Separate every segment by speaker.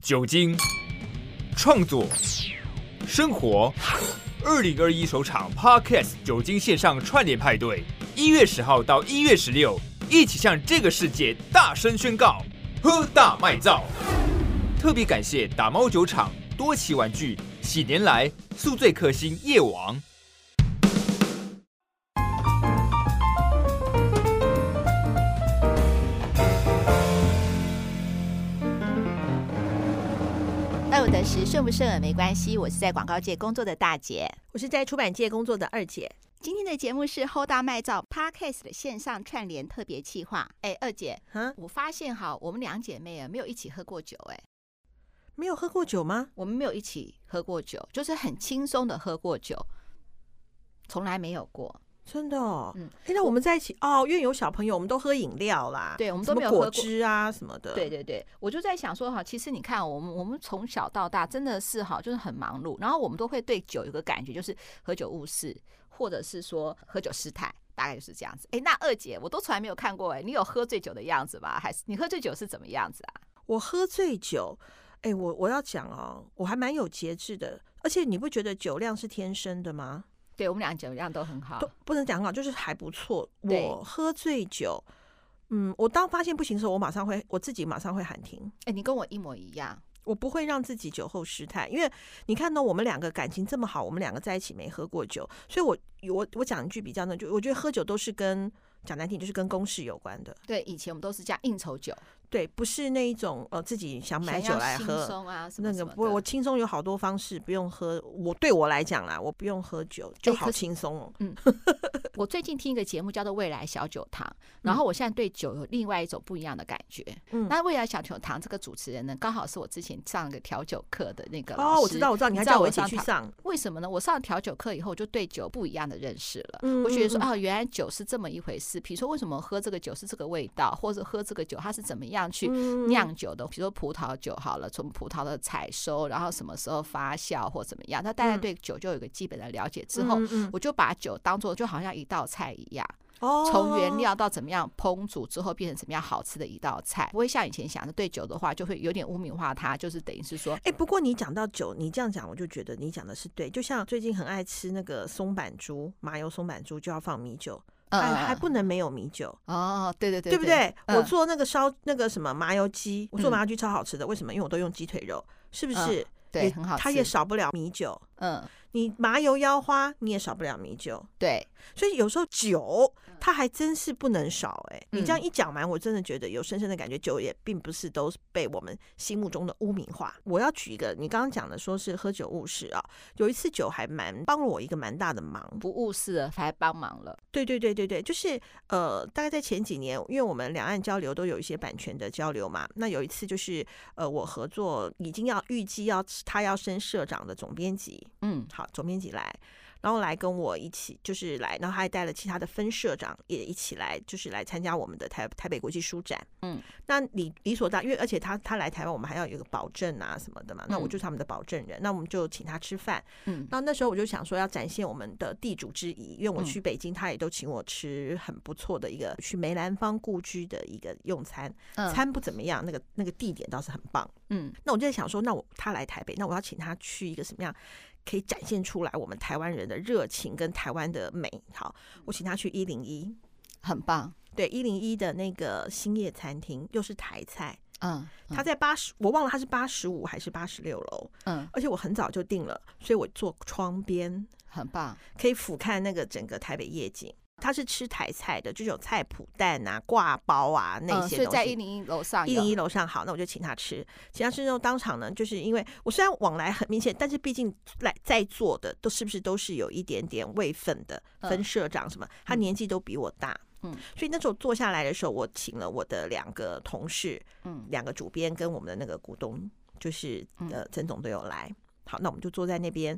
Speaker 1: 酒精、创作、生活。二零二一首场 Podcast 酒精线上串联派对，一月十号到一月十六，一起向这个世界大声宣告：喝大卖造！特别感谢打猫酒厂、多奇玩具、喜年来、宿醉克星夜王。
Speaker 2: 二五得十，顺不顺耳没关系。我是在广告界工作的大姐。
Speaker 3: 我是在出版界工作的二姐。
Speaker 2: 今天的节目是《后大卖造》Podcast 的线上串联特别企划。哎，二姐，
Speaker 3: 啊，
Speaker 2: 我发现哈，我们两姐妹啊，没有一起喝过酒、哎，
Speaker 3: 没有喝过酒吗？
Speaker 2: 我们没有一起喝过酒，就是很轻松的喝过酒，从来没有过。
Speaker 3: 真的哦。
Speaker 2: 嗯
Speaker 3: 哎，那我们在一起哦，因为有小朋友，我们都喝饮料啦，
Speaker 2: 对我们
Speaker 3: 什
Speaker 2: 都
Speaker 3: 么
Speaker 2: 没有喝
Speaker 3: 果
Speaker 2: 过
Speaker 3: 汁啊什么的。
Speaker 2: 对，对对，我就在想说哈，其实你看哦我们我们从小到大真的是哈，就是很忙碌，然后我们都会对酒有个感觉，就是喝酒误事，或者是说喝酒失态，大概就是这样子。哎，那二姐我都从来没有看过哎，你有喝醉酒的样子吗？还是你喝醉酒是怎么样子啊？
Speaker 3: 我喝醉酒，哎，我我要讲哦，我还蛮有节制的，而且你不觉得酒量是天生的吗？
Speaker 2: 对我们俩酒量都很好
Speaker 3: 都，不能讲好，就是还不错。
Speaker 2: 啊对
Speaker 3: 我喝醉酒，嗯，我当发现不行的时候，我马上会我自己马上会喊停。
Speaker 2: 哎，你跟我一模一样。
Speaker 3: 我不会让自己酒后失态，因为你看到我们两个感情这么好，我们两个在一起没喝过酒，所以我我我讲一句比较那就我觉得喝酒都是跟讲难听就是跟公事有关的，
Speaker 2: 对，以前我们都是这样应酬酒，
Speaker 3: 对，不是那一种呃自己想买
Speaker 2: 想
Speaker 3: 酒
Speaker 2: 要
Speaker 3: 来
Speaker 2: 轻
Speaker 3: 喝。
Speaker 2: 松啊什么
Speaker 3: 那
Speaker 2: 什
Speaker 3: 个
Speaker 2: 么
Speaker 3: 不，
Speaker 2: 的
Speaker 3: 我轻松有好多方式，不用喝。我对我来讲啦，我不用喝酒就
Speaker 2: 哎
Speaker 3: 好
Speaker 2: 可是
Speaker 3: 轻松哦。
Speaker 2: 我最近听一个节目叫做《未来小酒堂》，然后我现在对酒有另外一种不一样的感觉。
Speaker 3: 嗯
Speaker 2: 那《未来小酒堂》这个主持人呢，刚好是我之前上个调酒课的那个老师。
Speaker 3: 哦，我知道，我知道，你还
Speaker 2: 知道
Speaker 3: 叫我
Speaker 2: 我
Speaker 3: 一起
Speaker 2: 上
Speaker 3: 去
Speaker 2: 堂
Speaker 3: 上，
Speaker 2: 为什么呢？我上调酒课以后，我就对酒不一样的认识了。
Speaker 3: 嗯
Speaker 2: 我觉得说
Speaker 3: 嗯嗯
Speaker 2: 啊，原来酒是这么一回事。比如说，为什么喝这个酒是这个味道，或者喝这个酒它是怎么样去
Speaker 3: 嗯
Speaker 2: 酿酒的？比如说葡萄酒好了，从葡萄的采收，然后什么时候发酵或怎么样，那大家
Speaker 3: 嗯
Speaker 2: 对酒就有一个基本的了解之后，
Speaker 3: 嗯嗯
Speaker 2: 我就把酒当做就好像一道菜一样。
Speaker 3: 哦，
Speaker 2: 从原料到怎么样烹煮之后变成怎么样好吃的一道菜，不会像以前想的对酒的话就会有点污名化它，就是等于是说，
Speaker 3: 哎、不过你讲到酒，你这样讲，我就觉得你讲的是对。就像最近很爱吃那个松板猪，麻油松板猪就要放米酒，
Speaker 2: 呃，
Speaker 3: 哎还还不能没有米酒，
Speaker 2: 哦，对对对，
Speaker 3: 对不对？我
Speaker 2: 嗯
Speaker 3: 做那个烧那个什么麻油鸡，我做
Speaker 2: 嗯
Speaker 3: 麻油鸡超好吃的，为什么？因为我都用鸡腿肉，是不
Speaker 2: 嗯
Speaker 3: 是？
Speaker 2: 对
Speaker 3: 也
Speaker 2: 很好吃，
Speaker 3: 它也少不了米酒。
Speaker 2: 嗯，
Speaker 3: 你麻油腰花，你也少不了米酒，
Speaker 2: 对，
Speaker 3: 所以有时候酒它还真是不能少哎、你这样
Speaker 2: 嗯
Speaker 3: 一讲完，我真的觉得有深深的感觉，酒也并不是都是被我们心目中的污名化。我要举一个，你刚刚讲的说是喝酒误事啊，有一次酒还蛮帮了我一个蛮大的忙。
Speaker 2: 不误事了，还帮忙了，
Speaker 3: 对对对对对，就是呃，大概在前几年，因为我们两岸交流都有一些版权的交流嘛，那有一次就是呃，我合作已经要预计要他要升社长的总编辑，
Speaker 2: 嗯，
Speaker 3: 好，总编辑来，然后来跟我一起，就是来，然后还带了其他的分社长也一起来，就是来参加我们的台台北国际书展。
Speaker 2: 嗯，
Speaker 3: 那理理所当，因为而且他他来台湾，我们还要有一个保证啊什么的嘛，那我
Speaker 2: 嗯
Speaker 3: 就是他们的保证人，那我们就请他吃饭。
Speaker 2: 嗯，
Speaker 3: 那那时候我就想说要展现我们的地主之谊，因为我
Speaker 2: 嗯
Speaker 3: 去北京，他也都请我吃很不错的一个去梅兰芳故居的一个用餐，
Speaker 2: 嗯，
Speaker 3: 餐不怎么样，那个那个地点倒是很棒。
Speaker 2: 嗯，
Speaker 3: 那我就在想说，那我他来台北，那我要请他去一个什么样可以展现出来我们台湾人的热情跟台湾的美？好，我请他去一零一，
Speaker 2: 很棒，
Speaker 3: 对一零一的那个兴业餐厅，又是台菜。
Speaker 2: 嗯，
Speaker 3: 他在八十，我忘了他是八十五还是八十六楼，
Speaker 2: 嗯，
Speaker 3: 而且我很早就订了，所以我坐窗边
Speaker 2: 很棒，
Speaker 3: 可以俯瞰那个整个台北夜景。他是吃台菜的，就有菜脯蛋啊、挂包啊那
Speaker 2: 嗯，
Speaker 3: 些
Speaker 2: 所
Speaker 3: 东西。
Speaker 2: 以在一零一楼上
Speaker 3: 一
Speaker 2: 啊有
Speaker 3: 零一楼上好，那我就请他吃，请他吃之后当场呢，就是因为我虽然往来很密切，但是毕竟来在座的都是不是都是有一点点位分的
Speaker 2: 嗯
Speaker 3: 分社长什么，他年纪都比我大，
Speaker 2: 嗯，
Speaker 3: 所以那时候坐下来的时候，我请了我的两个同事，
Speaker 2: 嗯，
Speaker 3: 两个主编跟我们的那个股东，就是
Speaker 2: 嗯
Speaker 3: 呃曾总都有来。好，那我们就坐在那边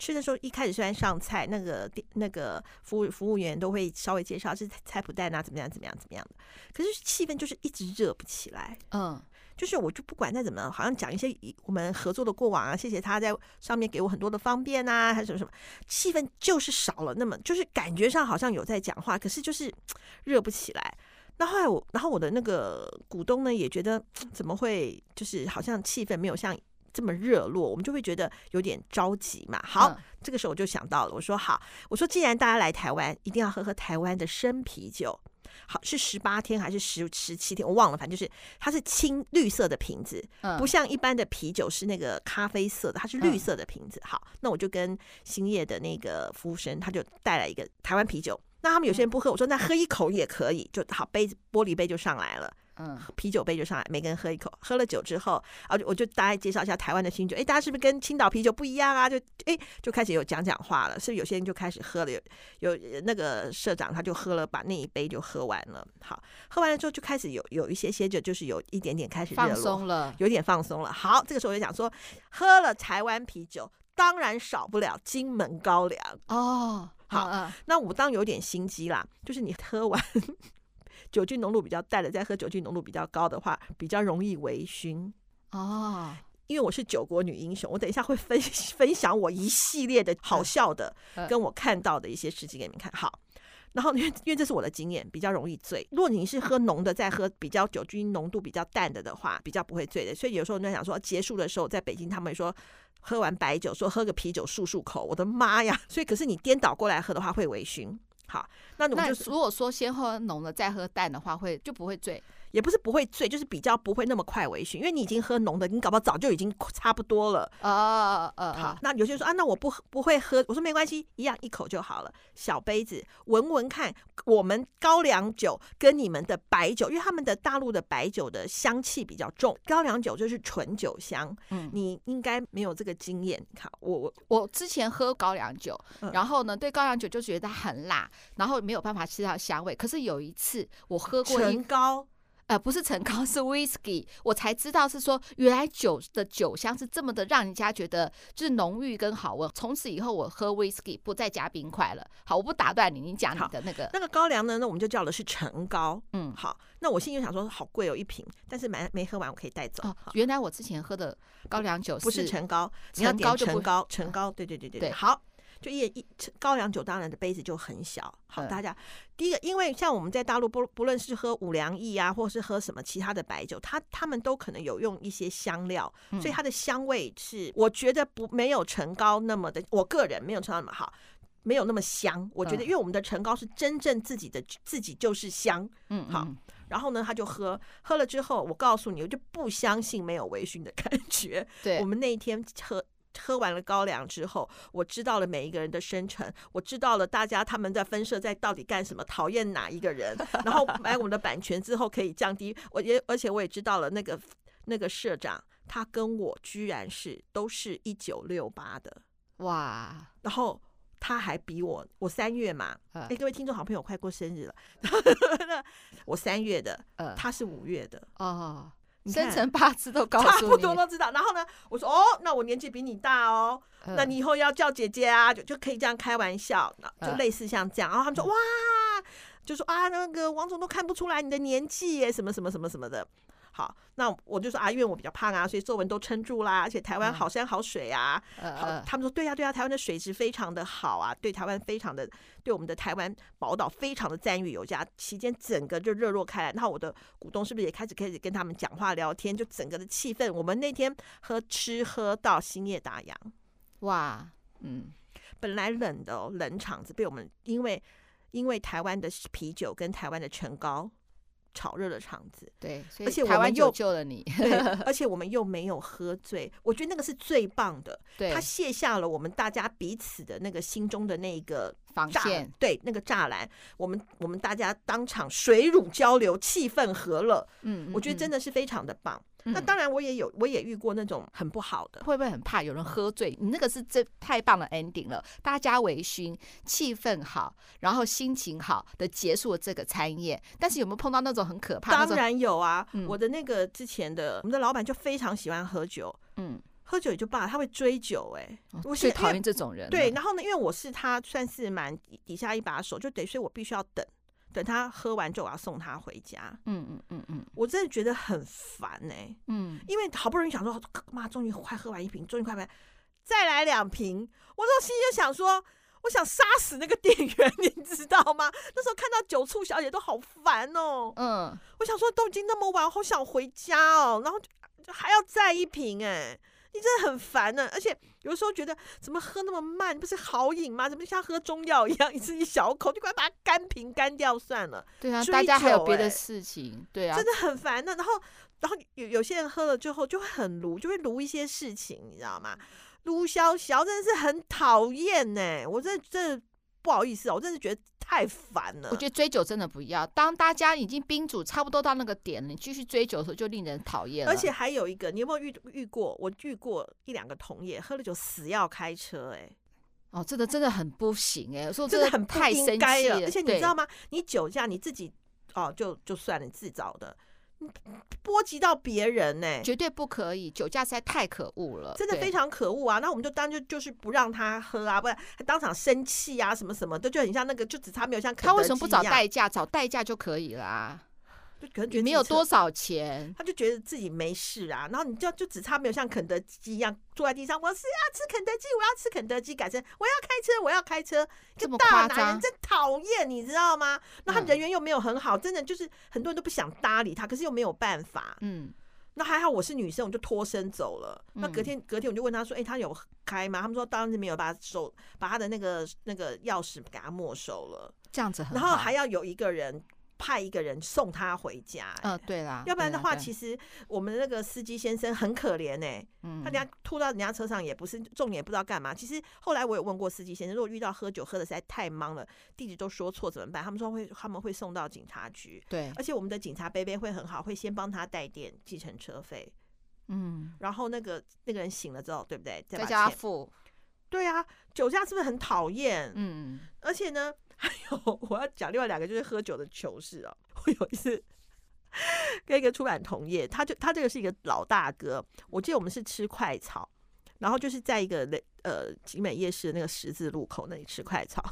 Speaker 3: 吃的时候，一开始虽然上菜，那个店那个服务服务员都会稍微介绍是菜谱蛋啊，怎么样怎么样怎么样的，可是气氛就是一直热不起来。
Speaker 2: 嗯，
Speaker 3: 就是我就不管再怎么，好像讲一些以我们合作的过往啊，谢谢他在上面给我很多的方便啊，还是什么什么，气氛就是少了那么，就是感觉上好像有在讲话，可是就是热不起来。那后来我，然后我的那个股东呢也觉得嘖怎么会就是好像气氛没有像这么热络，我们就会觉得有点着急嘛。好，
Speaker 2: 嗯
Speaker 3: 这个时候我就想到了，我说好，我说既然大家来台湾，一定要喝喝台湾的生啤酒。好，是十八天还是十十七天？我忘了，反正就是它是青绿色的瓶子，
Speaker 2: 嗯
Speaker 3: 不像一般的啤酒是那个咖啡色的，它是绿色的瓶子。好，那我就跟兴业的那个服务生，他就带来一个台湾啤酒。那他们有些人不喝，我说那喝一口也可以，就好杯子玻璃杯就上来了，
Speaker 2: 嗯
Speaker 3: 啤酒杯就上来，每个人喝一口。喝了酒之后，啊，我就大概介绍一下台湾的新酒，哎，大家是不是跟青岛啤酒不一样啊？就哎就开始有讲讲话了，是不是有些人就开始喝了？有有那个社长他就喝了，把那一杯就喝完了。好，喝完了之后就开始有有一些些就就是有一点点开始热
Speaker 2: 放
Speaker 3: 络
Speaker 2: 松了，
Speaker 3: 有点放松了。好，这个时候我就想说，喝了台湾啤酒，当然少不了金门高粱。
Speaker 2: 哦，
Speaker 3: 好
Speaker 2: 嗯，嗯
Speaker 3: 那我当然有点心机啦，就是你喝完 酒精浓度比较淡的，再喝酒精浓度比较高的话，比较容易微醺。
Speaker 2: 哦，
Speaker 3: 因为我是九国女英雄，我等一下会分分享我一系列的好笑的
Speaker 2: 嗯嗯，
Speaker 3: 跟我看到的一些事情给你们看。好，然后因为因为这是我的经验，比较容易醉。如果你是喝浓的，再喝比较酒精浓度比较淡的的话，比较不会醉的。所以有时候人家想说，结束的时候在北京他们说。喝完白酒，说喝个啤酒漱漱口，我的妈呀！所以，可是你颠倒过来喝的话，会微醺。好，那我们
Speaker 2: 那
Speaker 3: 就
Speaker 2: 如果说先喝浓的再喝淡的话，会就不会醉
Speaker 3: 也不是不会醉，就是比较不会那么快微醺，因为你已经喝浓的，你搞不好早就已经差不多了。
Speaker 2: 哦，呃，
Speaker 3: 好
Speaker 2: 呃，
Speaker 3: 那有些人说啊，那我不喝不会喝，我说没关系，一样一口就好了，小杯子闻闻看，我们高粱酒跟你们的白酒，因为他们的大陆的白酒的香气比较重，高粱酒就是纯酒香，
Speaker 2: 嗯，
Speaker 3: 你应该没有这个经验。看我我
Speaker 2: 我之前喝高粱酒，
Speaker 3: 嗯
Speaker 2: 然后呢，对高粱酒就觉得它很辣，然后没有办法吃到香味。可是有一次我喝过一
Speaker 3: 唇膏，
Speaker 2: 呃，不是陈高，是 whisky，我才知道是说原来酒的酒香是这么的让人家觉得就是浓郁跟好闻。从此以后我喝 whisky 不再加冰块了。好，我不打断你，你讲你
Speaker 3: 好
Speaker 2: 的那个，
Speaker 3: 那个高粱呢，那我们就叫的是陈膏。
Speaker 2: 嗯，
Speaker 3: 好，那我心里就想说，好贵哦，一瓶，但是蛮没喝完，我可以带走。
Speaker 2: 哦
Speaker 3: 好，
Speaker 2: 原来我之前喝的高粱酒
Speaker 3: 不是陈高，你要
Speaker 2: 陈高就
Speaker 3: 点
Speaker 2: 不嗯
Speaker 3: 陈高，陈高，对对对对对，
Speaker 2: 对
Speaker 3: 好。就一一高粱酒，当然的杯子就很小。好，
Speaker 2: 嗯
Speaker 3: 大家第一个，因为像我们在大陆不不论是喝五粮液啊，或是喝什么其他的白酒，它他们都可能有用一些香料，
Speaker 2: 嗯
Speaker 3: 所以它的香味是我觉得不没有陈高那么的，我个人没有陈高那么好，没有那么香。我觉
Speaker 2: 嗯
Speaker 3: 得，因为我们的陈高是真正自己的自己就是香，
Speaker 2: 嗯
Speaker 3: 好
Speaker 2: 嗯
Speaker 3: 然后呢，他就喝，喝了之后，我告诉你，我就不相信没有微醺的感觉。
Speaker 2: 对
Speaker 3: 我们那一天喝。喝完了高粱之后，我知道了每一个人的生辰，我知道了大家他们在分社在到底干什么，讨厌哪一 个人，然后买我们的版权之后可以降低，我也而且我也知道了那个那个社长，他跟我居然是都是一九六八的，
Speaker 2: 哇，
Speaker 3: 然后他还比我我三月嘛，
Speaker 2: 呃
Speaker 3: 哎、各位听众好朋友快过生日了， 我三月的，
Speaker 2: 呃，
Speaker 3: 他是五月的，
Speaker 2: 哦，
Speaker 3: 你
Speaker 2: 生
Speaker 3: 看
Speaker 2: 辰八字都告
Speaker 3: 差
Speaker 2: 诉
Speaker 3: 不
Speaker 2: 你
Speaker 3: 多
Speaker 2: 了，
Speaker 3: 都知道。然后呢，我说哦，那我年纪比你大哦，
Speaker 2: 呃
Speaker 3: 那你以后要叫姐姐啊，就就可以这样开玩笑，
Speaker 2: 嗯
Speaker 3: 就类似像这样。然后他们说哇，就说啊，那个王总都看不出来你的年纪耶，什么什么什么什么的。好，那我就说啊，因为我比较胖啊，所以皱纹都撑住啦。而且台
Speaker 2: 嗯
Speaker 3: 湾好山好水啊，
Speaker 2: 呃
Speaker 3: 好，
Speaker 2: 呃
Speaker 3: 他们说对呀、啊对呀、台湾的水质非常的好啊，对台湾非常的，对我们的台湾宝岛非常的赞誉有加。期间整个就热络开来，然后我的股东是不是也开始开始跟他们讲话聊天，就整个的气氛，我们那天喝吃喝到星夜打烊，
Speaker 2: 哇，嗯，
Speaker 3: 本来冷的、哦、冷场子被我们因为因为台湾的啤酒跟台湾的唇膏炒热了场 子，
Speaker 2: 对，所
Speaker 3: 而
Speaker 2: 以
Speaker 3: 且我
Speaker 2: 台湾
Speaker 3: 们
Speaker 2: 就
Speaker 3: 又
Speaker 2: 救了你，
Speaker 3: 对，而且我们又没有喝醉，我觉得那个是最棒的，
Speaker 2: 对
Speaker 3: 它，卸下了我们大家彼此的那个心中的那一个
Speaker 2: 防
Speaker 3: 栅
Speaker 2: 线，
Speaker 3: 对那个栅栏，我们我们大家当场水乳交流，气氛和乐，
Speaker 2: 嗯，
Speaker 3: 我觉得真
Speaker 2: 的，
Speaker 3: 的是非常的棒。
Speaker 2: 嗯
Speaker 3: 那当然，我也有我也遇过那种很不好的，
Speaker 2: 会不会很怕有人喝醉？你那个是这太棒的 ending 了，大家微醺，气氛好，然后心情好的结束了这个餐宴。但是有没有碰到那种很可怕？那
Speaker 3: 当
Speaker 2: 种，
Speaker 3: 然有啊。
Speaker 2: 嗯
Speaker 3: 我的那个之前的我们的老板就非常喜欢喝酒，
Speaker 2: 嗯，
Speaker 3: 喝酒也就罢了，他会追酒、欸，哎、我
Speaker 2: 我最
Speaker 3: 现在
Speaker 2: 讨厌这种人了。
Speaker 3: 对，然后呢，因为我是他算是蛮底下一把手，就得所以我必须要等。等他喝完酒，我要送他回家。
Speaker 2: 嗯，嗯嗯嗯
Speaker 3: 我真的觉得很烦哎、
Speaker 2: 嗯
Speaker 3: 因为好不容易想说，妈，终于快喝完一瓶，终于快完，再来两瓶。我这种心里就想说，我想杀死那个店员， 你知道吗？那时候看到酒醋小姐都好烦哦，
Speaker 2: 嗯，
Speaker 3: 我想说都已经那么晚，我好想回家哦，然后就就还要再一瓶哎、你真的很烦呢、而且有时候觉得怎么喝那么慢，不是好饮吗？怎么像喝中药一样，一次一小口就快把它干瓶干掉算了，
Speaker 2: 对啊，
Speaker 3: 追
Speaker 2: 大家还有
Speaker 3: 酒
Speaker 2: 别的
Speaker 3: 欸
Speaker 2: 事情，对啊
Speaker 3: 真，的很烦的、然后，然后有有些人喝了之后就会很撸，就会撸一些事情，你知道吗？撸消消真的是很讨厌呢，我真的真的不好意思哦，我真的觉得太烦了。
Speaker 2: 我觉得追酒真的不要。当大家已经宾主差不多到那个点了，你继续追酒的时候就令人讨厌了。
Speaker 3: 而且还有一个，你有没有遇遇过？我遇过一两个同业喝了酒死要开车、欸，
Speaker 2: 哦，这个真的很不行哎、欸，说
Speaker 3: 哎，真的很不
Speaker 2: 太
Speaker 3: 应
Speaker 2: 生
Speaker 3: 该
Speaker 2: 气
Speaker 3: 了。而且你知道
Speaker 2: 吗？
Speaker 3: 吗？你酒驾你自己哦，就就算了，你自找的，你波及到别人呢、
Speaker 2: 绝对不可以，酒驾实在太可恶了，
Speaker 3: 真的
Speaker 2: 对
Speaker 3: 非常可恶啊！那我们就当就就是不让他喝啊，不然还当场生气啊，什么什么的，就很像那个，就只差没有像肯
Speaker 2: 他为
Speaker 3: 德
Speaker 2: 什么不
Speaker 3: 基一
Speaker 2: 找
Speaker 3: 样
Speaker 2: 代驾？找代驾就可以啦、
Speaker 3: 就可能觉
Speaker 2: 你没
Speaker 3: 得自
Speaker 2: 有
Speaker 3: 己车
Speaker 2: 多，少钱，
Speaker 3: 他就觉得自己没事啊，然后你就就只差没有像肯德基一样坐在地上，我是要吃肯德基，我要吃肯德基，改成我要开车，我要开车，
Speaker 2: 这么
Speaker 3: 大
Speaker 2: 夸
Speaker 3: 男
Speaker 2: 张？
Speaker 3: 人真讨厌，你知道吗？那他
Speaker 2: 嗯
Speaker 3: 人缘又没有很好，真的就是很多人都不想搭理他，可是又没有办法。
Speaker 2: 嗯，
Speaker 3: 那还好我是女生，我就脱身走了。那隔
Speaker 2: 嗯
Speaker 3: 天隔天我就问他说：“哎、他有开吗？”他们说当时没有，把手把他的那个那个钥匙给他没收了，
Speaker 2: 这样子很
Speaker 3: 然
Speaker 2: 好。
Speaker 3: 后还要有一个人派一个人送他回家、
Speaker 2: 嗯、
Speaker 3: 哎
Speaker 2: 对啊啦，
Speaker 3: 要不然的话，其
Speaker 2: 实
Speaker 3: 实我们那个司机先生很可怜哎、
Speaker 2: 嗯
Speaker 3: 他人家吐到人家车上也不是，重点也不知道干嘛。其实后来我有问过司机先生，如果遇到喝酒喝的实在太忙了，地址都说错怎么办？他们说会他们会送到警察局，
Speaker 2: 对，
Speaker 3: 而且我们的警察贝贝会很好，会先帮他带电计程车费。
Speaker 2: 嗯，
Speaker 3: 然后那个那个人醒了之后，对不对？再
Speaker 2: 在
Speaker 3: 把
Speaker 2: 家
Speaker 3: 钱
Speaker 2: 付，
Speaker 3: 对啊，酒驾是不是很讨厌？
Speaker 2: 嗯，
Speaker 3: 而且呢，还有我要讲另外两个就是喝酒的糗事哦。我有一次跟一个出版同业，他就他这个是一个老大哥，我记得我们是吃快炒，然后就是在一个那呃集美夜市的那个十字路口那里吃快炒。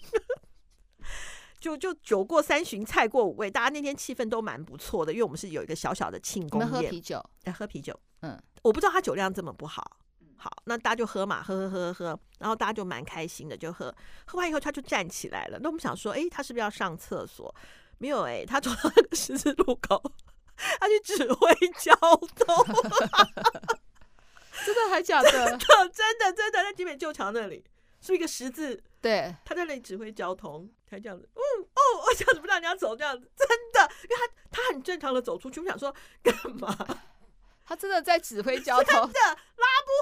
Speaker 3: 就就酒过三巡，菜过五味，大家那天气氛都蛮不错的，因为我们是有一个小小的庆
Speaker 2: 我
Speaker 3: 功
Speaker 2: 们喝
Speaker 3: 宴，
Speaker 2: 啤酒，
Speaker 3: 来喝啤酒。
Speaker 2: 嗯，
Speaker 3: 我不知道他酒量这么不好。好，那大家就喝嘛，喝喝喝喝喝，然后大家就蛮开心的，就喝。喝完以后他就站起来了，那我们想说，诶，他是不是要上厕所？没有、诶，他走到那个十字路口，他去指挥交通。
Speaker 2: 真的还假的？
Speaker 3: 真的真的，在集美旧桥那里是一个十字，
Speaker 2: 对，
Speaker 3: 他在那里指挥交通，他这样子，嗯哦，我这样子不让人家走，这样子真的，因为他他很正常的走出去，我想说干嘛？
Speaker 2: 他真的在指挥交通，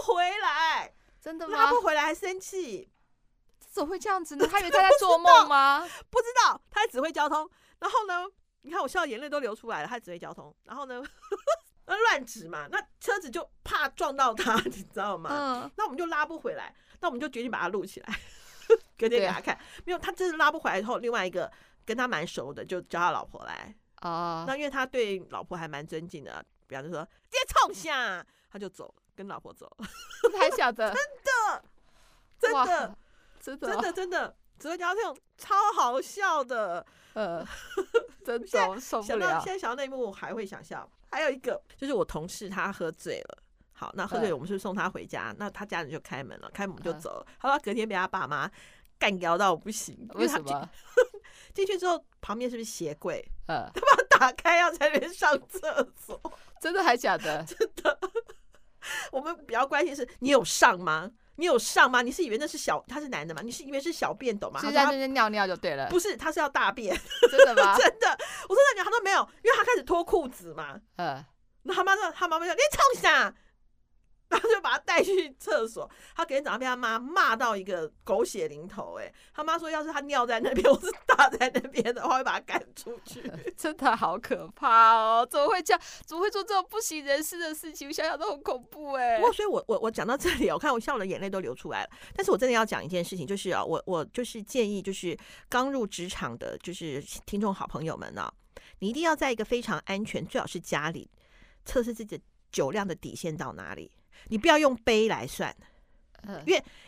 Speaker 3: 不回来，
Speaker 2: 真的
Speaker 3: 拉
Speaker 2: 吗？
Speaker 3: 不回来还生气。
Speaker 2: 怎么会这样 子呢？他以为他在做梦吗？
Speaker 3: 不知道，他在指挥交通。然后呢，你看我笑，眼泪都流出来了。他在指挥交通，然后呢， 那乱指嘛，那车子就怕撞到他，你知道吗？
Speaker 2: 嗯，
Speaker 3: 那我们就拉不回来，那我们就决定把它录起来， 隔天给
Speaker 2: 对啊
Speaker 3: 他看。没有，他真的拉不回来以后，另外一个跟他蛮熟的就叫他老婆来。
Speaker 2: 哦
Speaker 3: 那，因为他对老婆还蛮尊敬的，比方就说直接冲下，他就走了，跟老婆走了，
Speaker 2: 真的还假的？
Speaker 3: 真
Speaker 2: 哇
Speaker 3: 的，，
Speaker 2: 真的，
Speaker 3: 真的，真的。指挥交通超好笑的，
Speaker 2: 呃，真
Speaker 3: 现在
Speaker 2: 的我受不
Speaker 3: 想到
Speaker 2: 了
Speaker 3: 现。在想到那一幕，我还会想笑。还有一个就是我同事他喝醉了，好，那喝醉
Speaker 2: 嗯
Speaker 3: 了我们是送他回家，那他家人就开门了，开门我们就
Speaker 2: 嗯
Speaker 3: 走了。他说他隔天被他爸妈干掉到不行，因
Speaker 2: 为
Speaker 3: 他
Speaker 2: 什
Speaker 3: 进
Speaker 2: 么？
Speaker 3: 进去之后旁边是不是鞋柜？
Speaker 2: 呃，
Speaker 3: 他打开要在那边上厕所，
Speaker 2: 真的还假 的？
Speaker 3: 我们比较关心是你有上吗？你有上吗？你是以为那是小他是男的吗？你是以为是小便斗吗？他
Speaker 2: 就
Speaker 3: 说
Speaker 2: 在那啊
Speaker 3: 他
Speaker 2: 边尿尿就对了，
Speaker 3: 不是，他是要大便，
Speaker 2: 真的吗？
Speaker 3: 真的。我说那你他说没有，因为他开始脱裤子嘛。
Speaker 2: 呃，
Speaker 3: 然后他妈说，他妈妈说你冲啥？ 然后就把他带去厕所。他隔天早上被他妈骂到一个狗血淋头、哎，他妈说，要是他尿在那边，或是打在那边的话，会把他赶出去。
Speaker 2: 真的好可怕哦！怎么会这样？怎么会做这种不省人事的事情？我想想都很恐怖哎
Speaker 3: 不。过，所以我我我讲到这里哦，我看我笑的眼泪都流出来了。但是我真的要讲一件事情，就是啊，我我就是建议，就是刚入职场的，就是听众好朋友们啊，你一定要在一个非常安全，最好是家里，测试自己的酒量的底线到哪里。你不要用杯来算，
Speaker 2: 嗯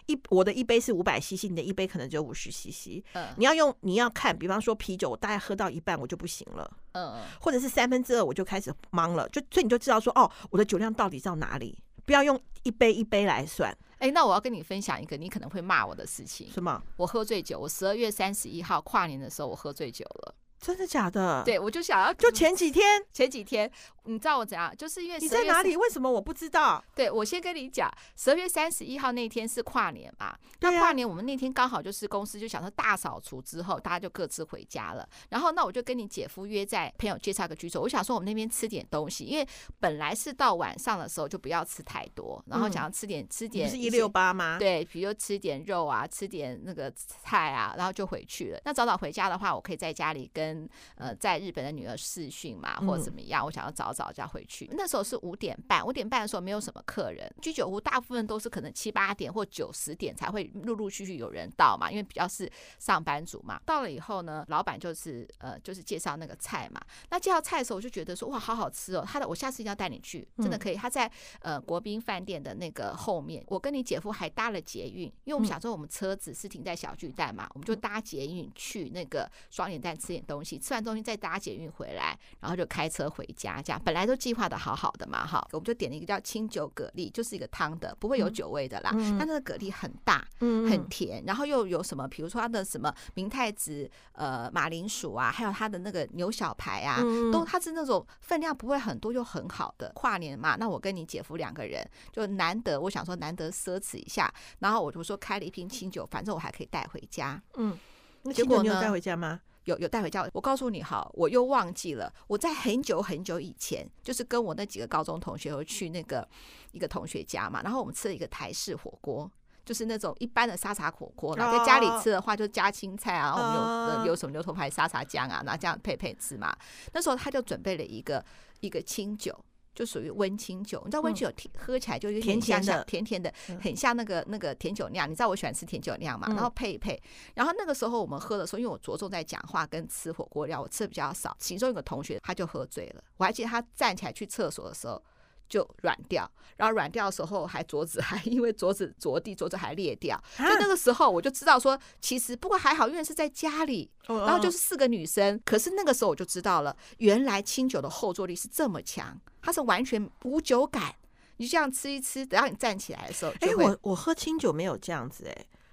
Speaker 3: 一我的一杯是五百 CC，你的一杯可能只有五十 CC。
Speaker 2: 嗯
Speaker 3: 你要用，你要看，比方说啤酒，我大概喝到一半我就不行了，
Speaker 2: 嗯，
Speaker 3: 或者是三分之二我就开始懵了，就所以你就知道说，哦，我的酒量到底到哪里。不要用一杯一杯来算，
Speaker 2: 哎、哎，那我要跟你分享一个你可能会骂我的事情。
Speaker 3: 什么？
Speaker 2: 我喝醉酒，我十二月三十一号跨年的时候，我喝醉酒了。
Speaker 3: 真的假的？，
Speaker 2: 对，我就想要
Speaker 3: 就前几天
Speaker 2: 前几天，你知道我怎样？就是因为
Speaker 3: 你
Speaker 2: 12
Speaker 3: 在
Speaker 2: 月
Speaker 3: 哪
Speaker 2: 三
Speaker 3: 里？为什么我不知道？
Speaker 2: 对，我先跟你讲，十二月三十一号那天是跨年嘛，那
Speaker 3: 对啊
Speaker 2: 跨年我们那天刚好就是公司就想说大扫除之后，大家就各自回家了。然后那我就跟你姐夫约在朋友介绍个居所，我想说我们那边吃点东西，因为本来是到晚上的时候就不要吃太多，然后
Speaker 3: 嗯
Speaker 2: 想要吃点吃
Speaker 3: 你
Speaker 2: 点
Speaker 3: 不是一
Speaker 2: 些
Speaker 3: 六八吗？，
Speaker 2: 对，比如吃点肉啊，吃点那个菜啊，然后就回去了。那早早回家的话，我可以在家里跟呃在日本的女儿视讯嘛，或者
Speaker 3: 嗯
Speaker 2: 怎么样。我想要早早就要回去。那时候是五点半，五点半的时候没有什么客人，居酒屋大部分都是可能七八点或九十点才会陆陆续续有人到嘛，因为比较是上班族嘛。到了以后呢，老板就是呃就是介绍那个菜嘛。那介绍菜的时候，我就觉得说哇，好好吃哦！他的我下次一定要带你去，真的
Speaker 3: 嗯
Speaker 2: 可以。他在呃国宾饭店的那个后面，我跟你姐夫还搭了捷运，因为我们
Speaker 3: 嗯
Speaker 2: 想说我们车子是停在小巨蛋嘛，我们就搭捷运去那个双连蛋吃点东西，吃完东西再搭捷运回来，然后就开车回家。这样本来都计划的好好的嘛，哈，我们就点了一个叫清酒蛤蜊，就是一个汤的，不会有
Speaker 3: 嗯
Speaker 2: 酒味的啦。
Speaker 3: 嗯
Speaker 2: 但那个蛤蜊很大，
Speaker 3: 嗯
Speaker 2: 很甜，然后又有什么，比如说它的什么明太子、呃马铃薯啊，还有它的那个牛小排啊，
Speaker 3: 嗯
Speaker 2: 都它是那种分量不会很多又很好的。跨年嘛，那我跟你姐夫两个人就难得，我想说难得奢侈一下，然后我就说开了一瓶清酒，反正我还可以带回家。
Speaker 3: 嗯。那
Speaker 2: 结
Speaker 3: 结果
Speaker 2: 果
Speaker 3: 你有
Speaker 2: 呢
Speaker 3: 带回家吗？
Speaker 2: 有有带回家。我告诉你哈，我又忘记了，我在很久很久以前，就是跟我那几个高中同学有去那个一个同学家嘛，然后我们吃了一个台式火锅。就是那种一般的沙茶火锅啦，
Speaker 3: 哦
Speaker 2: 在家里吃的话就加青菜啊，然后我们有、
Speaker 3: 嗯
Speaker 2: 呃、有什么牛头牌沙茶酱啊，拿这样配配吃嘛。那时候他就准备了一个一个清酒，就属于温清酒。你知道温清酒听、喝起来就有点
Speaker 3: 嗯
Speaker 2: 像
Speaker 3: 甜甜的
Speaker 2: 像甜甜的，
Speaker 3: 嗯
Speaker 2: 很像那个那个甜酒酿。你知道我喜欢吃甜酒酿嘛？
Speaker 3: 嗯
Speaker 2: 然后配一配，然后那个时候我们喝的时候，因为我着重在讲话跟吃火锅料，我吃的比较少。其中有个同学他就喝醉了，我还记得他站起来去厕所的时候就软掉，然后软掉的时候还桌子还因为桌子着地，桌子还裂掉。
Speaker 3: 啊
Speaker 2: 所以那个时候我就知道说，其实不过还好，因为是在家里，
Speaker 3: 然
Speaker 2: 然后就是四个女生。可是那个时候我就知道了，原来清酒的后坐力是这么强，它是完全无酒感。你就这样吃一吃，等到你站起来的时候就
Speaker 3: 哎、
Speaker 2: 会，
Speaker 3: 我我喝清酒没有这样子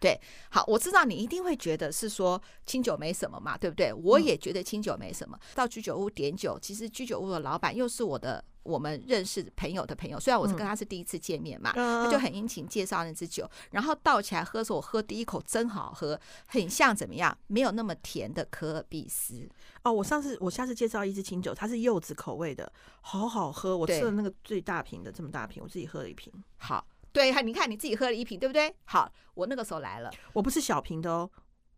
Speaker 3: 哎、
Speaker 2: 好，我知道你一定会觉得是说清酒没什么嘛，对不对？我也觉得清酒没什么。到居酒屋点酒，其实居酒屋的老板又是我的我们认识朋友的朋友，虽然我是跟他是第一次见面嘛，
Speaker 3: 嗯
Speaker 2: 他就很殷勤介绍那支酒，然后倒起来喝的时候，我喝第一口真好喝，很像怎么样？没有那么甜的可尔必斯，
Speaker 3: 哦，我上次我下次介绍一支清酒，它是柚子口味的，好好喝。我吃
Speaker 2: 对
Speaker 3: 了那个最大瓶的，这么大瓶，我自己喝了一瓶。
Speaker 2: 好。对，你看你自己喝了一瓶，对不对？好，我那个时候来了，
Speaker 3: 我不是小瓶的哦，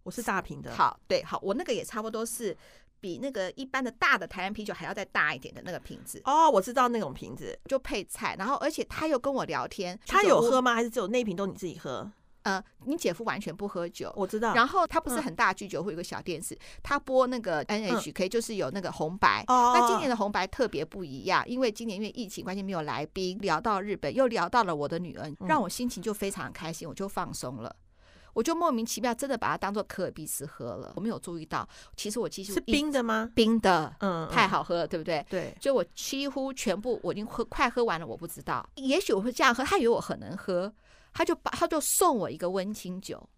Speaker 3: 我是大瓶的。，
Speaker 2: 好，对，好，我那个也差不多是比那个一般的大的台湾啤酒还要再大一点的那个瓶子。
Speaker 3: 哦，我知道那种瓶子，
Speaker 2: 就配菜，然后而且他又跟我聊天，
Speaker 3: 他
Speaker 2: 居酒
Speaker 3: 有
Speaker 2: 屋
Speaker 3: 喝吗？还是只有那瓶都你自己喝？
Speaker 2: 呃，你姐夫完全不喝酒。
Speaker 3: 我知道。
Speaker 2: 然后他不是
Speaker 3: 嗯
Speaker 2: 很大居酒会有个小电视，他播那个 NHK，、就是有那个红白。
Speaker 3: 哦，
Speaker 2: 那今年的红白特别不一样，因为今年因为疫情关系没有来宾，聊到日本，又聊到了我的女儿，
Speaker 3: 嗯
Speaker 2: 让我心情就非常开心，我就放松了，我就莫名其妙真的把它当做可尔必斯喝了，我没有注意到，其实我其实
Speaker 3: 是冰的吗？
Speaker 2: 冰的，
Speaker 3: 嗯，
Speaker 2: 太
Speaker 3: 嗯
Speaker 2: 好喝了，对不对？
Speaker 3: 对，
Speaker 2: 就我几乎全部我已经喝快喝完了，我不知道，也许我会这样喝，他以为我很能喝，他就把他就送我一个温清酒，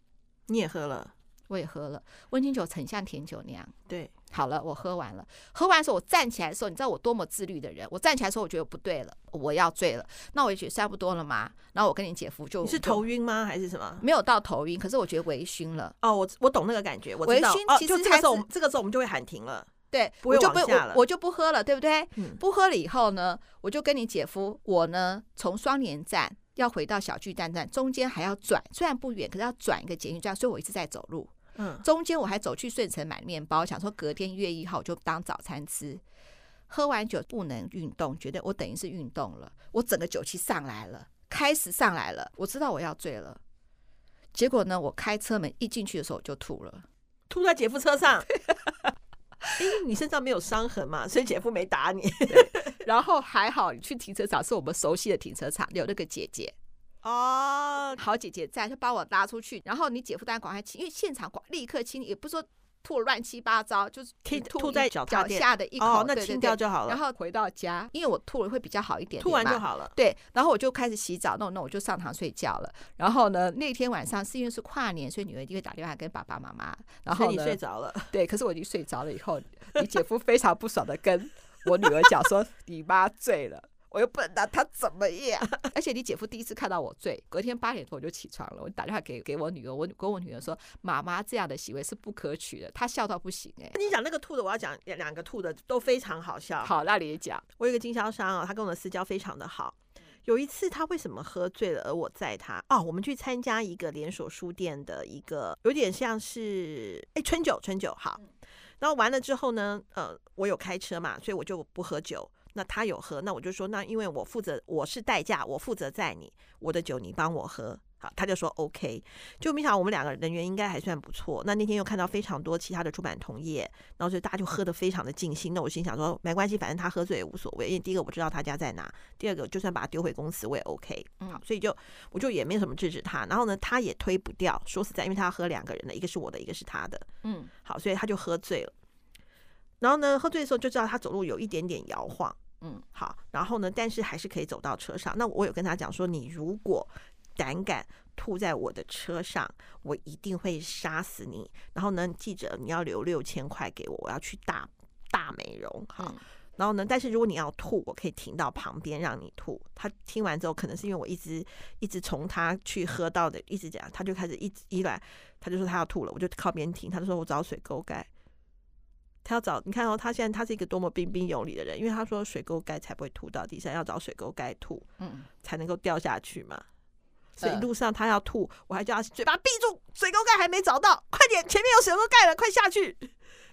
Speaker 3: 你也喝了，
Speaker 2: 我也喝了，温清酒很像甜酒那样。
Speaker 3: 对，
Speaker 2: 好了，我喝完了。喝完的时候，我站起来的时候，你知道我多么自律的人。我站起来的时候，我觉得不对了，我要醉了。那我也觉得差不多了嘛。然后我跟你姐夫就
Speaker 3: 你是
Speaker 2: 就
Speaker 3: 头晕吗？还是什么？
Speaker 2: 没有到头晕，可是我觉得微醺了。
Speaker 3: 哦，我我懂那个感觉，我
Speaker 2: 微
Speaker 3: 知道。
Speaker 2: 醺
Speaker 3: 哦，
Speaker 2: 其
Speaker 3: 就
Speaker 2: 实
Speaker 3: 这
Speaker 2: 它
Speaker 3: 个时候我
Speaker 2: 是
Speaker 3: 们，这个时候我们就会喊停 了。
Speaker 2: 对，
Speaker 3: 不会
Speaker 2: 我就
Speaker 3: 往
Speaker 2: 不
Speaker 3: 下
Speaker 2: 我
Speaker 3: 了
Speaker 2: 我就不喝了，对不对？
Speaker 3: 嗯
Speaker 2: 不喝了以后呢，我就跟你姐夫，我呢从双连站要回到小巨蛋站，中间还要转，虽然不远，可是要转一个捷运站，所以我一直在走路。
Speaker 3: 嗯，
Speaker 2: 中间我还走去顺城买面包，想说隔天一月一号我就当早餐吃。喝完酒不能运动，觉得我等于是运动了，我整个酒气上来了，开始上来了，我知道我要醉了。结果呢，我开车门一进去的时候我就吐了。
Speaker 3: 吐在姐夫车上。 因为你身上没有伤痕嘛，所以姐夫没打你。
Speaker 2: 然后还好，你去停车场是我们熟悉的停车场，有那个姐姐，
Speaker 3: 哦，
Speaker 2: 好姐姐在，就把我拉出去。然后你姐夫当然赶快清，因为现场赶立刻清理，也不是说吐乱七八糟，就是
Speaker 3: 可以
Speaker 2: 吐
Speaker 3: 吐
Speaker 2: 一
Speaker 3: 在脚踏
Speaker 2: 脚
Speaker 3: 垫
Speaker 2: 下的一口，
Speaker 3: 哦，那
Speaker 2: 对对
Speaker 3: 清
Speaker 2: 对
Speaker 3: 掉就好了
Speaker 2: 然，后回到家，因为我吐了会比较好一点点
Speaker 3: 吐完就
Speaker 2: 嘛
Speaker 3: 好了。
Speaker 2: 对，然后我就开始洗澡，弄弄我就上床睡觉了。然后呢，那天晚上是因为是跨年，所以女儿一定会打电话跟爸爸妈妈。然
Speaker 3: 所以
Speaker 2: 后
Speaker 3: 你
Speaker 2: 呢，
Speaker 3: 睡着了，
Speaker 2: 对，可是我已经睡着了。以后，你姐夫非常不爽的跟我女儿讲说：“你妈醉了。”我又不能拿她怎么 样，而且你姐夫第一次看到我醉，隔天八点多我就起床了，我打电话给给我女儿，我跟我女儿说，妈妈这样的行为是不可取的，她笑到不行哎、
Speaker 3: 你讲那个吐的，我要讲两两个吐的都非常好 笑。
Speaker 2: 好，那你也讲，
Speaker 3: 我有一个经销商啊，他跟我的私交非常的好。有一次他为什么喝醉了，而我载他哦，我们去参加一个连锁书店的一个，有点像是哎春酒，春酒好。然后完了之后呢，呃，我有开车嘛，所以我就不喝酒。那他有喝，那我就说，那因为我负责，我是代驾，我负责载你，我的酒你帮我喝。好，他就说 OK。就没想到我们两个人缘应该还算不错。那那天又看到非常多其他的出版同业，然后就大家就喝得非常的尽兴。那我心想说，没关系，反正他喝醉也无所谓，因为第一个我知道他家在哪，第二个就算把他丢回公司我也 OK。
Speaker 2: 嗯
Speaker 3: 好，所以就我就也没有什么制止他。然后呢，他也推不掉。说实在，因为他喝两个人的，一个是我的，一个是他的。
Speaker 2: 嗯，
Speaker 3: 好，所以他就喝醉了。然后呢，喝醉的时候就知道他走路有一点点摇晃，
Speaker 2: 嗯，
Speaker 3: 好，然后呢，但是还是可以走到车上。那我有跟他讲说，你如果胆敢吐在我的车上，我一定会杀死你。然后呢，记者你要留六千块给我，我要去大大美容，好。
Speaker 2: 嗯
Speaker 3: 然后呢？但是如果你要吐，我可以停到旁边让你吐。他听完之后，可能是因为我一直一直从他去喝到的，一直讲，他就开始一直一来，他就说他要吐了，我就靠边停，他就说我找水沟盖。他要找你看哦，他现在他是一个多么彬彬有礼的人，因为他说水沟盖才不会吐到地上，要找水沟盖吐
Speaker 2: 嗯，
Speaker 3: 才能够掉下去嘛。所以一
Speaker 2: 嗯
Speaker 3: 路上他要吐，我还叫他嘴巴闭住，水沟盖还没找到，快点，前面有水沟盖了，快下去。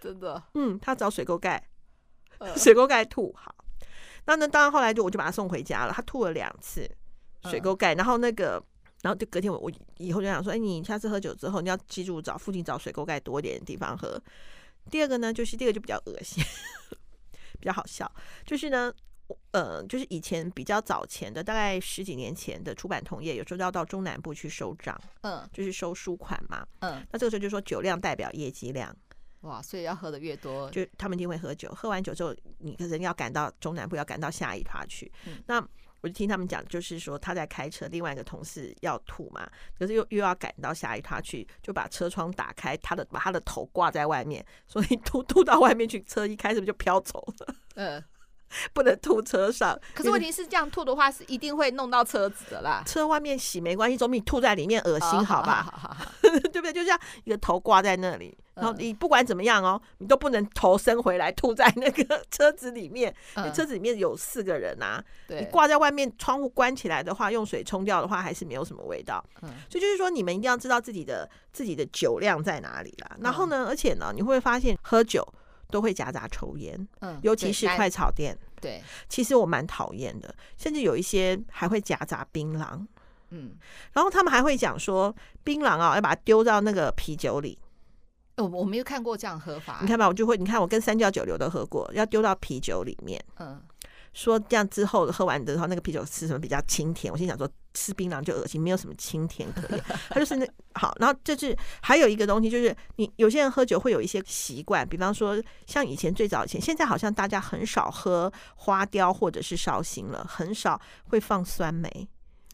Speaker 2: 真的，
Speaker 3: 嗯，他找水沟盖，
Speaker 2: 呃
Speaker 3: 水沟盖吐好。那那当然，后来就我就把他送回家了。他吐了两次水沟盖，然后那个，然后就隔天我我以后就想说，哎，你下次喝酒之后，你要记住找附近找水沟盖多一点的地方喝。第二个呢，就是第二个就比较恶心， 比较好笑，就是呢。我呃，就是以前比较早前的，大概十几年前的出版同业，有时候要到中南部去收账，
Speaker 2: 嗯
Speaker 3: 就是收书款嘛。
Speaker 2: 嗯，
Speaker 3: 那这个时候就说酒量代表业绩量，
Speaker 2: 哇，所以要喝的越多，
Speaker 3: 就他们一定会喝酒，喝完酒之后，你可能要赶到中南部，要赶到下一趴去。
Speaker 2: 嗯
Speaker 3: 那我就听他们讲，就是说他在开车，另外一个同事要吐嘛，可是又又要赶到下一趴去，就把车窗打开，他的把他的头挂在外面，所以吐吐到外面去，车一开是不是就飘走了？
Speaker 2: 嗯，
Speaker 3: 不能吐车上，
Speaker 2: 可是问题是这样吐的话是一定会弄到车子的啦，
Speaker 3: 车外面洗没关系，总比吐在里面恶 心好吧？
Speaker 2: 哦好好好好
Speaker 3: 对不对？就像一个头挂在那里，然后
Speaker 2: 嗯
Speaker 3: 你不管怎么样哦，你都不能头伸回来吐在那个 车子里面，因为
Speaker 2: 嗯
Speaker 3: 车子里面有四个人啊，你
Speaker 2: 对，
Speaker 3: 挂在外面，窗户关起来的话，用水冲掉的话，还是没有什么味道。
Speaker 2: 嗯
Speaker 3: 所以就是说，你们一定要知道自己的自己的酒量在哪里啦。然后
Speaker 2: 嗯
Speaker 3: 呢，而且呢，你会发现喝酒都会夹杂抽烟，
Speaker 2: 嗯，
Speaker 3: 尤其
Speaker 2: 对
Speaker 3: 是
Speaker 2: 来
Speaker 3: 快炒店，
Speaker 2: 对，
Speaker 3: 其实我蛮讨厌的，甚至有一些还会夹杂槟榔。
Speaker 2: 嗯，
Speaker 3: 然后他们还会讲说，槟榔啊，要把它丢到那个啤酒里。
Speaker 2: 我哦我没有看过这样喝法，
Speaker 3: 你，看吧，我就会，你看我跟三教九流都喝过，要丢到啤酒里面。
Speaker 2: 嗯，
Speaker 3: 说这样之后喝完之后，那个啤酒吃什么比较清甜？我心想说吃槟榔就恶心，没有什么清甜可言。 它就是那好，然后这是还有一个东西，就是你有些人喝酒会有一些习惯，比方说像以前最早以前，现在好像大家很少喝花雕或者是绍兴了，很少会放酸梅。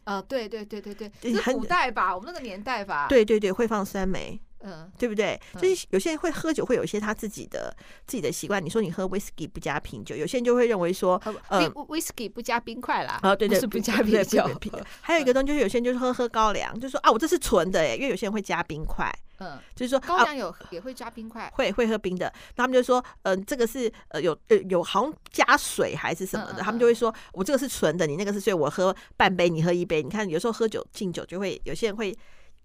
Speaker 2: 啊，对对对对对，
Speaker 3: 对
Speaker 2: 是
Speaker 3: 很
Speaker 2: 古代吧，我们那个年代吧，，
Speaker 3: 对对对，会放酸梅。
Speaker 2: 嗯
Speaker 3: 对不对？
Speaker 2: 嗯
Speaker 3: 就是有些人会喝酒，会有一些他自己的自己的习惯。你说你喝 whisky 不加啤酒，有些人就会认为说，
Speaker 2: 呃
Speaker 3: 呃
Speaker 2: 冰威士忌不加冰块啦，
Speaker 3: 啊，对对，
Speaker 2: 不是不加
Speaker 3: 对
Speaker 2: 啤
Speaker 3: 不
Speaker 2: 酒
Speaker 3: 不，不还有一个东西就是有些人就是喝喝高粱，就说啊，我这是纯的耶，因为有些人会加冰块，
Speaker 2: 嗯，
Speaker 3: 就是说
Speaker 2: 高
Speaker 3: 啊。
Speaker 2: 粱有也会加冰块，
Speaker 3: 会会喝冰的，那他们就说，嗯、这个是呃有呃有好像加水还是什么的，
Speaker 2: 嗯嗯
Speaker 3: 他们就会说，我这个是纯的，你那个是，所以我喝半杯，你喝一杯。你看有时候喝酒敬酒就会有些人会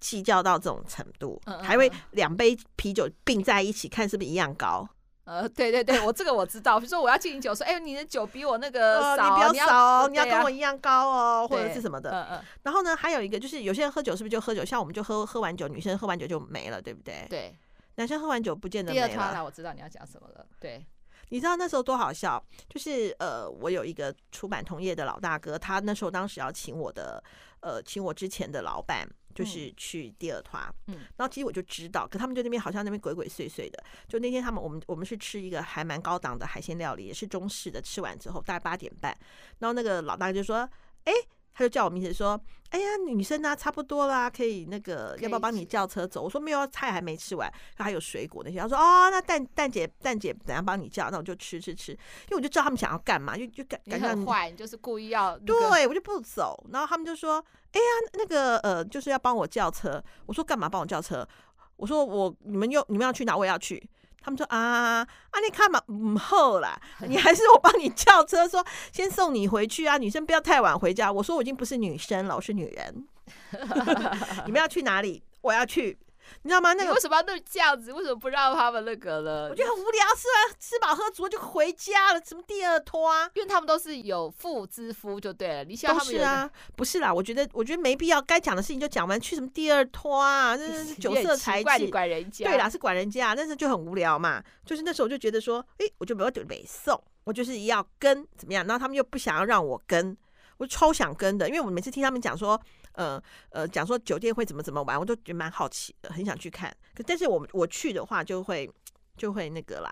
Speaker 3: 计较到这种程度，
Speaker 2: 嗯嗯
Speaker 3: 还会
Speaker 2: 嗯
Speaker 3: 两杯啤酒并在一起看是不是一样高。
Speaker 2: 呃，对对对，我这个我知道，比如说我要敬你酒，说，哎，你的酒比我那个
Speaker 3: 哦
Speaker 2: 呃少，
Speaker 3: 你不要少哦，你要
Speaker 2: 对啊
Speaker 3: 跟我一样高哦，或者
Speaker 2: 对
Speaker 3: 是什么的。
Speaker 2: 嗯嗯，
Speaker 3: 然后呢，还有一个就是有些人喝酒是不是就喝酒？像我们就喝喝完酒，女生喝完酒就没了，对不对？
Speaker 2: 对，
Speaker 3: 男生喝完酒不见得
Speaker 2: 第二
Speaker 3: 没
Speaker 2: 套啦，
Speaker 3: 了。
Speaker 2: 我知道你要讲什么了，对，
Speaker 3: 你知道那时候多好笑？就是呃，我有一个出版同业的老大哥，他那时候当时要请我的呃，请我之前的老板。就是去第二团，
Speaker 2: 嗯
Speaker 3: 然后其实我就知道，可他们就那边好像那边鬼鬼祟祟的。就那天他们我们我们是吃一个还蛮高档的海鲜料理，也是中式的，吃完之后大概八点半，然后那个老大就说：“哎、他就叫我名字说：‘哎呀，女生啊，差不多啦，可以那个
Speaker 2: 可以
Speaker 3: 要不要帮你
Speaker 2: 吃
Speaker 3: 叫车走？’我说：‘没有，啊菜还没吃完，还有水果那些。’他说：‘哦，那蛋蛋姐蛋姐等下帮你叫。’那我就吃吃吃，因为我就知道他们想要干嘛，就就感
Speaker 2: 你
Speaker 3: 感觉到
Speaker 2: 很坏，你就是故意要那个
Speaker 3: 对，我就不走。然后他们就说：“哎呀，那个呃，就是要帮我叫车。”我说：“干嘛帮我叫车？”我说：“我你们又你们要去哪，我也要去。”他们说：“啊啊，你看嘛，嗯 后啦，你还是我帮你叫车，说先送你回去啊，女生不要太晚回家。”我说：“我已经不是女生了，我是女人。 你们要去哪里？我要去，你知道吗？那
Speaker 2: 你
Speaker 3: 个
Speaker 2: 为什么要那这样子？为什么不让他们那个呢？
Speaker 3: 我觉得很无聊，吃完吃饱喝足就回家了，什么第二拖啊？”
Speaker 2: 因为他们都是有妇之夫，就对了。你希望
Speaker 3: 都
Speaker 2: 他们
Speaker 3: 是
Speaker 2: 有一个
Speaker 3: 啊，不是啦，我觉得我觉得没必要，该讲的事情就讲完，去什么第二拖啊，真的是酒
Speaker 2: 你也
Speaker 3: 色
Speaker 2: 很
Speaker 3: 财
Speaker 2: 奇怪你
Speaker 3: 气。
Speaker 2: 管人家。
Speaker 3: 对啦，，是管人家，但是就很无聊嘛。就是那时候我就觉得说，诶，我就没有准备送，我就是要跟怎么样，然后他们又不想要让我跟，我超想跟的，因为我每次听他们讲说，呃呃，讲说酒店会怎么怎么玩，我都觉得蛮好奇的，很想去看。可但是我我去的话就会就会那个啦。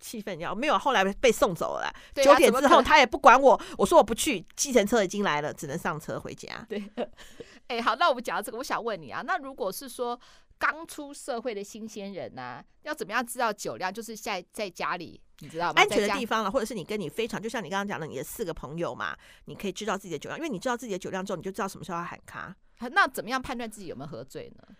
Speaker 3: 气氛要没有，后来被送走了啦。
Speaker 2: 对
Speaker 3: 九
Speaker 2: 啊
Speaker 3: 点
Speaker 2: 怎么
Speaker 3: 之
Speaker 2: 可
Speaker 3: 后
Speaker 2: 能
Speaker 3: 他也不管我，我说我不去，计程车已经来了，只能上车回家。
Speaker 2: 对。哎、好，那我们讲到这个，我想问你啊，那如果是说刚出社会的新鲜人呐、要怎么样知道酒量？就是在在家里，你知道吗？
Speaker 3: 安全
Speaker 2: 在
Speaker 3: 的
Speaker 2: 家
Speaker 3: 地方了，或者是你跟你非常，就像你刚刚讲的，你的四个朋友嘛，你可以知道自己的酒量，因为你知道自己的酒量之后，你就知道什么时候要喊卡。
Speaker 2: 啊那怎么样判断自己有没有喝醉呢？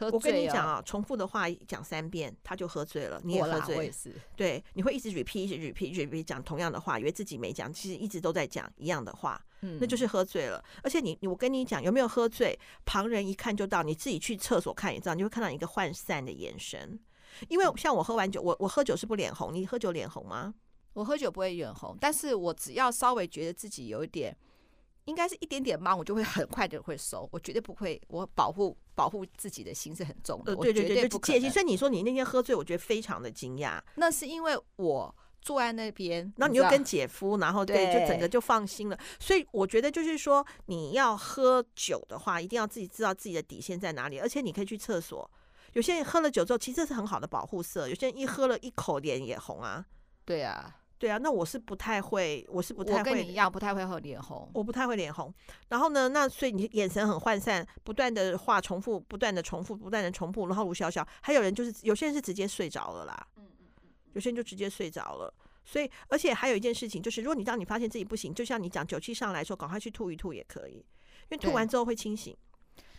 Speaker 2: 喝醉、哦，
Speaker 3: 我跟你讲，啊，重复的话讲三遍，他就喝醉了，你也
Speaker 2: 我
Speaker 3: 喝
Speaker 2: 啦，我
Speaker 3: 醉
Speaker 2: 也
Speaker 3: 了，
Speaker 2: 是。
Speaker 3: 对，你会一直 repeat，一直 repeat，一直 repeat 讲同样的话，以为自己没讲，其实一直都在讲一样的话，
Speaker 2: 嗯
Speaker 3: 那就是喝醉了。而且你，你我跟你讲，有没有喝醉，旁人一看就到，你自己去厕所看也知道，你会看到一个涣散的眼神。因为
Speaker 2: 嗯
Speaker 3: 像我喝完酒，我我喝酒是不脸红，你喝酒脸红吗？
Speaker 2: 我喝酒不会眼红，但是我只要稍微觉得自己有一点，应该是一点点忙，我就会很快的会收，我绝对不会，我保护保护自己的心是很重的，
Speaker 3: 呃，
Speaker 2: 我
Speaker 3: 对
Speaker 2: 绝
Speaker 3: 对对，
Speaker 2: 对
Speaker 3: 就是
Speaker 2: 不
Speaker 3: 戒
Speaker 2: 可
Speaker 3: 心。
Speaker 2: 能。
Speaker 3: 所以你说你那天喝醉，我觉得非常的惊讶。
Speaker 2: 那是因为我坐在那边，
Speaker 3: 然后
Speaker 2: 知
Speaker 3: 你又
Speaker 2: 道
Speaker 3: 跟姐夫，然后对，就整
Speaker 2: 对
Speaker 3: 个就放心了。所以我觉得就是说，你要喝酒的话，一定要自己知道自己的底线在哪里，而且你可以去厕所。有些人喝了酒之后，其实这是很好的保护色。有些人一喝了一口，脸也红啊。
Speaker 2: 对啊，
Speaker 3: 对啊，那我是不太会，我是不太
Speaker 2: 我跟你一
Speaker 3: 会，
Speaker 2: 样不太会喝脸红。
Speaker 3: 我不太会脸红。然后呢，那所以你眼神很涣散，不断的话重复，不断的重复，不断的重复，然后卢小小，还有人就是有些人是直接睡着了啦。
Speaker 2: 嗯
Speaker 3: 有些人就直接睡着了。所以，而且还有一件事情，就是如果你当你发现自己不行，就像你讲酒气上来说，赶快去吐一吐也可以，因为吐
Speaker 2: 对
Speaker 3: 完之后会清醒。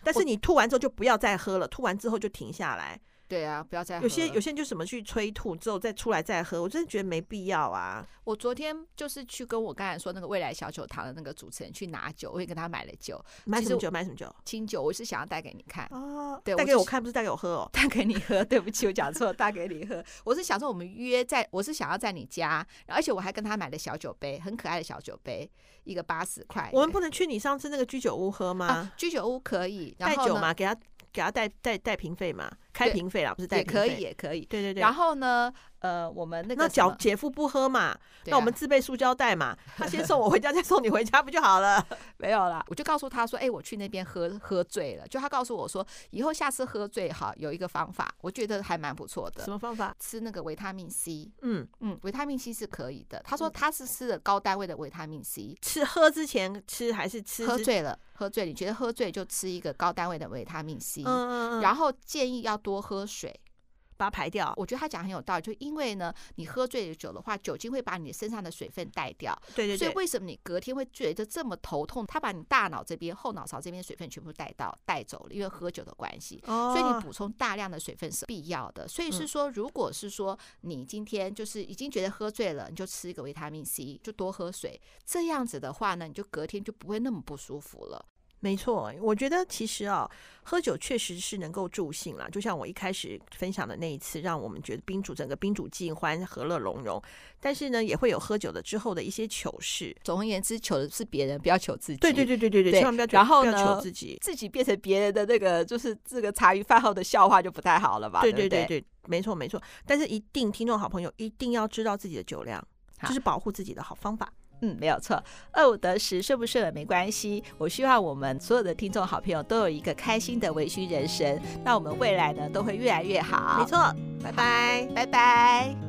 Speaker 3: 但是你吐完之后就不要再喝了，吐完之后就停下来。
Speaker 2: 对啊，不要再喝
Speaker 3: 有些
Speaker 2: 了
Speaker 3: 有些人就什么去催吐之后再出来再喝，我真的觉得没必要啊。
Speaker 2: 我昨天就是去跟我刚才说那个未来小酒堂的那个主持人去拿酒，我也跟他买了酒，
Speaker 3: 买
Speaker 2: 其
Speaker 3: 什
Speaker 2: 实
Speaker 3: 么
Speaker 2: 我
Speaker 3: 酒买什么酒
Speaker 2: 清酒，我是想要带给你看。
Speaker 3: 哦，
Speaker 2: 对
Speaker 3: 带
Speaker 2: 我
Speaker 3: 给
Speaker 2: 就
Speaker 3: 我
Speaker 2: 是
Speaker 3: 看不是带给我喝哦。
Speaker 2: 大给你喝，对不起，我讲错了，大给你喝。我是想说，我们约在，我是想要在你家，然后而且我还跟他买了小酒杯，很可爱的小酒杯，一个八十块。
Speaker 3: 我们不能去你上次那个居酒屋喝吗
Speaker 2: 啊？，居酒屋可以，然
Speaker 3: 带
Speaker 2: 后
Speaker 3: 酒
Speaker 2: 呢
Speaker 3: 嘛，给他给他带带带瓶费嘛，开
Speaker 2: 对
Speaker 3: 瓶费啦，不是带
Speaker 2: 也
Speaker 3: 瓶
Speaker 2: 可
Speaker 3: 费
Speaker 2: 以，。也可以。
Speaker 3: 对对对。
Speaker 2: 然后呢，呃，我们那个
Speaker 3: 那
Speaker 2: 什
Speaker 3: 脚
Speaker 2: 么
Speaker 3: 姐夫不喝嘛，
Speaker 2: 对
Speaker 3: 那我
Speaker 2: 啊
Speaker 3: 们自备塑胶 袋嘛，他先送我回家，再送你回家不就好了？
Speaker 2: 啊没有啦，我就告诉他说，哎、我去那边喝喝醉了。就他告诉我说，以后下次喝醉哈，有一个方法，我觉得还蛮不错的，
Speaker 3: 么方法？
Speaker 2: 吃那个维他命 C。
Speaker 3: 嗯，
Speaker 2: 嗯，维他命 C 是可以的。他说他是吃了高单位的维他命 C，
Speaker 3: 吃喝之前吃还是吃
Speaker 2: 喝
Speaker 3: 之？
Speaker 2: 醉了，喝醉，你觉得喝醉就吃一个高单位的维他命 C，、
Speaker 3: 嗯嗯嗯，
Speaker 2: 然后建议要多喝水。
Speaker 3: 把它排掉。
Speaker 2: 我觉得他讲很有道理，就因为呢，你喝醉了酒的话，酒精会把你身上的水分带掉，
Speaker 3: 对对
Speaker 2: 所以
Speaker 3: 对，
Speaker 2: 为什么你隔天会觉得这么头痛？他把你大脑这边、后脑勺这边水分全部带到带走了，因为喝酒的关系。
Speaker 3: 哦嗯
Speaker 2: 所以你补充大量的水分是必要的。所以是说，如果是说你今天就是已经觉得喝醉了，你就吃一个维他命 C，就多喝水。这样子的话呢，你就隔天就不会那么不舒服了。
Speaker 3: 没错，我觉得其实啊、喝酒确实是能够助兴啦。就像我一开始分享的那一次，让我们觉得宾主整个宾主尽欢，和乐融融。但是呢，也会有喝酒的之后的一些糗事。
Speaker 2: 总而言之，求的是别人，不要求自己。
Speaker 3: 对对对对对对，
Speaker 2: 对
Speaker 3: 千万不要觉得
Speaker 2: 然后
Speaker 3: 不要求
Speaker 2: 呢
Speaker 3: 自己。
Speaker 2: 自己变成别人的那个，就是这个茶余饭后的笑话就不太好了吧？
Speaker 3: 对
Speaker 2: 对不
Speaker 3: 对对，没错没错。但是一定，听众好朋友一定要知道自己的酒量，
Speaker 2: 好
Speaker 3: 这是保护自己的好方法。
Speaker 2: 嗯，没有错，二五得十，顺不顺耳没关系。我希望我们所有的听众好朋友都有一个开心的微醺人生，那我们未来呢都会越来越好。
Speaker 3: 没，错，拜拜。
Speaker 2: 拜拜。